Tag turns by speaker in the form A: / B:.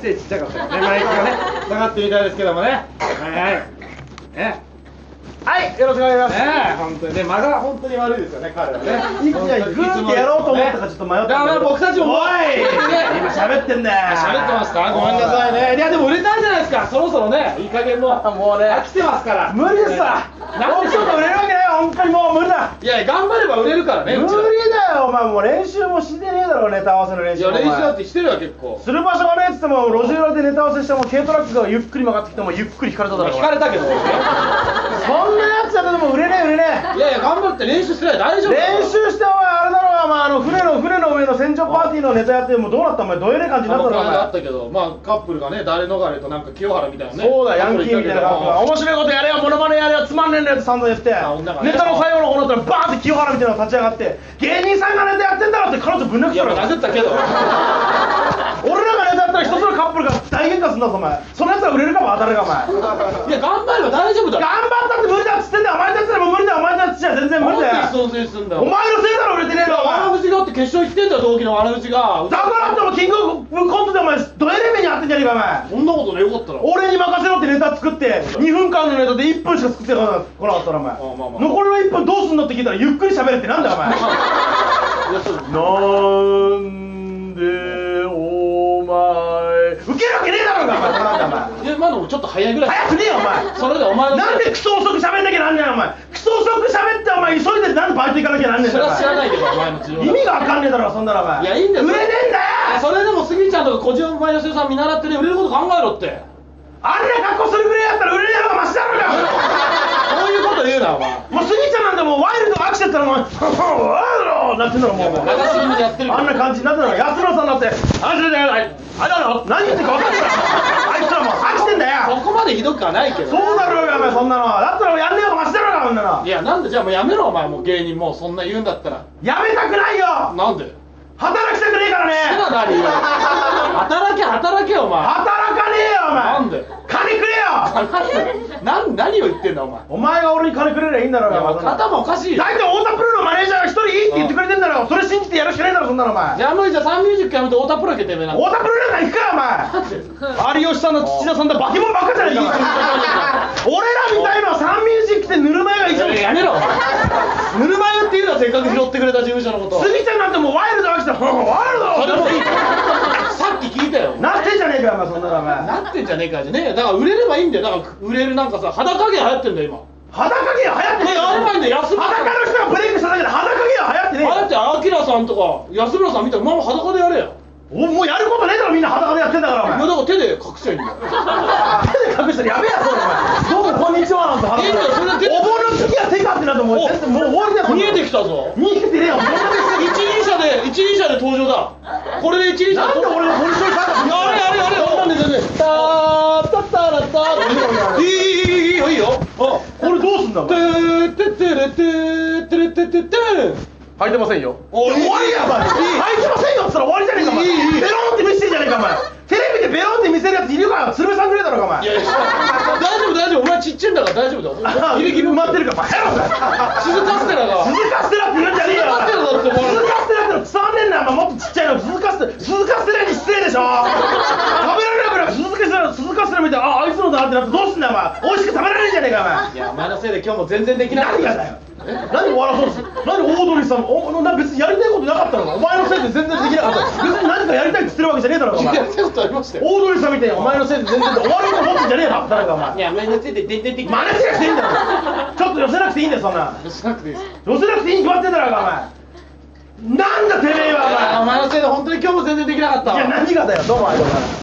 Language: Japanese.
A: 背ちっちゃかったからね、マイクがね、下がってみたいですけどもね。はいはい。ね。
B: はい、よろしくお願いします。
A: ねえ、本当にね、間が本当に悪いですよね、彼はね。
B: いやグーってやろうと思ったかちょっと迷ったんだ
A: いやま
B: けど
A: あ僕たちも。
B: おい今喋ってんだよ
A: 喋ってました。ごめんなさいね。いや、でも売れたんじゃないですか。そろそろね、いい加減もう。
B: もうね
A: 飽きてますから。
B: 無理ですわ。
A: なん
B: もう
A: で
B: ちょっと売れるわけないよ、本当にもう無理だ。
A: いや、頑張れば売れるからね。
B: 無
A: う
B: 理
A: ちら
B: だよ、お前もう練習もしてねえだろ、ネタ合わせの練
A: い
B: 習
A: や、
B: も。
A: 練習だっ
B: お前
A: てしてるわ、結構。
B: する場所がねえっつっても、路地裏でネタ合わせしても、軽トラックがゆっくり曲がってきても、ゆっくり引かれただろ。
A: 引かれたけど。い
B: お前そんなやつだとでも売れねえ、売れねえ。
A: やいや、頑張って練習してない大丈夫だから。
B: 練習してお前あれだろお前あの船の船の上の船上パーティーのネタやってもうどうなったお前どういうね感じになったろお
A: あ
B: 前
A: ったけど、まあカップルがね、誰逃れとなんか清原みたいなね。
B: そうだヤンキーみたいな感じ面白いことやれよモノマネやれよつまんねえんだよって散々言って、
A: あ女がね
B: ネタの最後のこの後にバーンって清原みたいなのが立ち上がって芸人さんがネタやってんだろって彼女ぶん殴っ
A: い
B: て
A: や、
B: たろ
A: まあ、焦ったけど。
B: 俺らがネタやったら一つのカップルが大喧嘩すんだぞお前そのやつが売れるかも当たるかお前
A: いや、頑張れば大丈夫だ。
B: 頑張ったって無理だっつってんだよお前たちでも無理だよお前たちじゃ全然無理だ
A: なんで
B: よ
A: 一掃するんだ
B: お
A: よ。
B: 前のせいだろ売れてねえのはお前
A: 悪口があって決勝行ってんだよ、同期の悪口が。
B: だからってもキングオブコントでお前ドエレベにあってんじゃねえかお前
A: そんなことね、よかったら。
B: 俺に任せろってネタ作って2分間のネタで1分しか作ってこなかったらお前
A: あまあまあ
B: 残りの1分どうすんのって聞いたらゆっくり喋れってなんだよお前
A: いや、そう
B: なんでお前ウケるわけねえだろうがお前なんだお
A: いや、まだ俺ちょっと早いぐ
B: 前
A: らい。
B: 早くねえよお前
A: それでお前のせい。
B: なんでクソ遅く喋んなきゃなんねえよお前クソ遅く喋ってお前急いでなんでバイト行かなきゃなんねえん
A: それ
B: だよお
A: は知ら
B: 前
A: ないけど、お前の治療
B: 意味がわかんねえだろそんなのお前
A: いやいいんだよ
B: 売れねえんだよ
A: それでもスギちゃんとか小島前の人さん見習ってね、売れること考えろって。
B: あんな格好するぐらいやったら売れねえのがマシだろうが
A: そういうこと言うな、お前。
B: もうスギちゃんなんだもうワイルドアクセントのワイルドなってんのもうもう
A: 流し気味でやってるから
B: あんな感じになってんの安野さんだってあれだよあれあれだろ何言ってるか分かんないあいつらもう飽きてんだ
A: そ
B: よ
A: こまでひどくはないけど。
B: そうだろうがお前そんなのだったらもうやんねえよマシだろうがこんなの
A: いやなんでじゃあもうやめろお前もう芸人もうそんな言うんだったら
B: やめたくないよ
A: なんで
B: 働きたくねえから
A: 手がなり
B: ね
A: よ働け働けお前
B: 働かねえよお前
A: なんで
B: 金くれよ
A: なん何を言ってんだお前
B: お前が俺に金くれりゃいいんだろう
A: いや
B: が
A: もう頭おかしいよ
B: 大体太田プロのマネージャーが一人いいって言ってくれてんだろそれ信じてやるしかねえだろそんなのお前
A: じゃあもうじゃあサンミュージックやめて太田プロ行けてめえな
B: 太田プロなんか行くかお前有吉さんの土田さんだバケモンばっかじゃねえかお前俺らみたいのはサンミュージックでぬるま湯が一
A: いやや
B: 番
A: め ろお前ぬるま湯っていうのはせっかく拾ってくれた事務所のこと
B: スギちゃんなんて もうワイルド飽きたワイル
A: それ
B: ド
A: もいいさっき聞いたよ
B: なってんじゃねえかよお前そんなのお前
A: なってんじゃねえかじゃねえよだから売れればいいんだよだから売れるなんかさ裸芸流行ってんだよ今
B: 裸芸は流行ってねえよ
A: やばいんだよ休み
B: 裸の人がブレイクしただけで裸芸は流行ってねえ
A: あれっ
B: よ
A: てアキラさんとか安村さんみたいにお前も裸でやれよ
B: おもうやることねえだろみんな裸でやってんだからお
A: いや
B: 前
A: だから手で隠せゃいいんだよ
B: 手で隠したらやべえやつお前どうもこんにちはなんて裸
A: いいんだよそれは手で
B: お盆の次は手かってなってもう全然もう終わりだよ
A: 見えてきたぞ
B: 見えてねえよもう
A: 一輪車で一輪車で登場だこれで一輪車
B: なんで俺のポジション高く
A: いやあれあれあれあれなんで全然タタタラタいいいいいいよいいよあ
B: これどうすんだお
A: て
B: 前
A: ーててれてーてれててて
B: 履いてませんよ
A: おい
B: 終わりやお前履いてませんよっつったら終わりじゃねえかお前
A: いいいい
B: ベロンって見せてんじゃねえかお 前テレビでベロンって見せるやついるから鶴瓶さんぐらいだろうがお
A: いや
B: 前
A: いや大丈夫大丈夫お前ちっちゃいんだから大丈夫だよ
B: ギリギリ埋まってるからお前 やろお前
A: 鈴カステラが
B: 鈴カステラって言うんじゃねえよお前
A: 鈴カステラだってお前
B: 鈴カステラって伝わんねえんだよお前もっとちっちゃいの鈴カステラ鈴カステラに失礼でしょ食べられなくなる鈴カステラ鈴カステラ見てああいつのだってなってどうすんだよお前美味しく食べられねえじゃねえかお
A: い
B: 前
A: やお前のせいで今日も全然できない
B: 何がだよ何を笑そうとす何オードリーさんおおな別にやりたいことなかったのかお前のせいで全然できなかった別に何かやりたいって言ってるわけじゃねえだろお前
A: やったことありましたよ
B: オードリーさんみたいにお前のせいで全然終わりと思ってんじゃねえよ誰かお前
A: いやお前のせいで全然できない
B: 真似しなくていいんだろちょっと寄せなくていいんだよそんな
A: しなくていいです
B: 寄せなくていいに決まってんだろうがお前なんだてめえ
A: いやお
B: は
A: 前のせいで本当に今日も全然できなかった
B: お
A: わ
B: 前いや何がだよどうもありがとうございます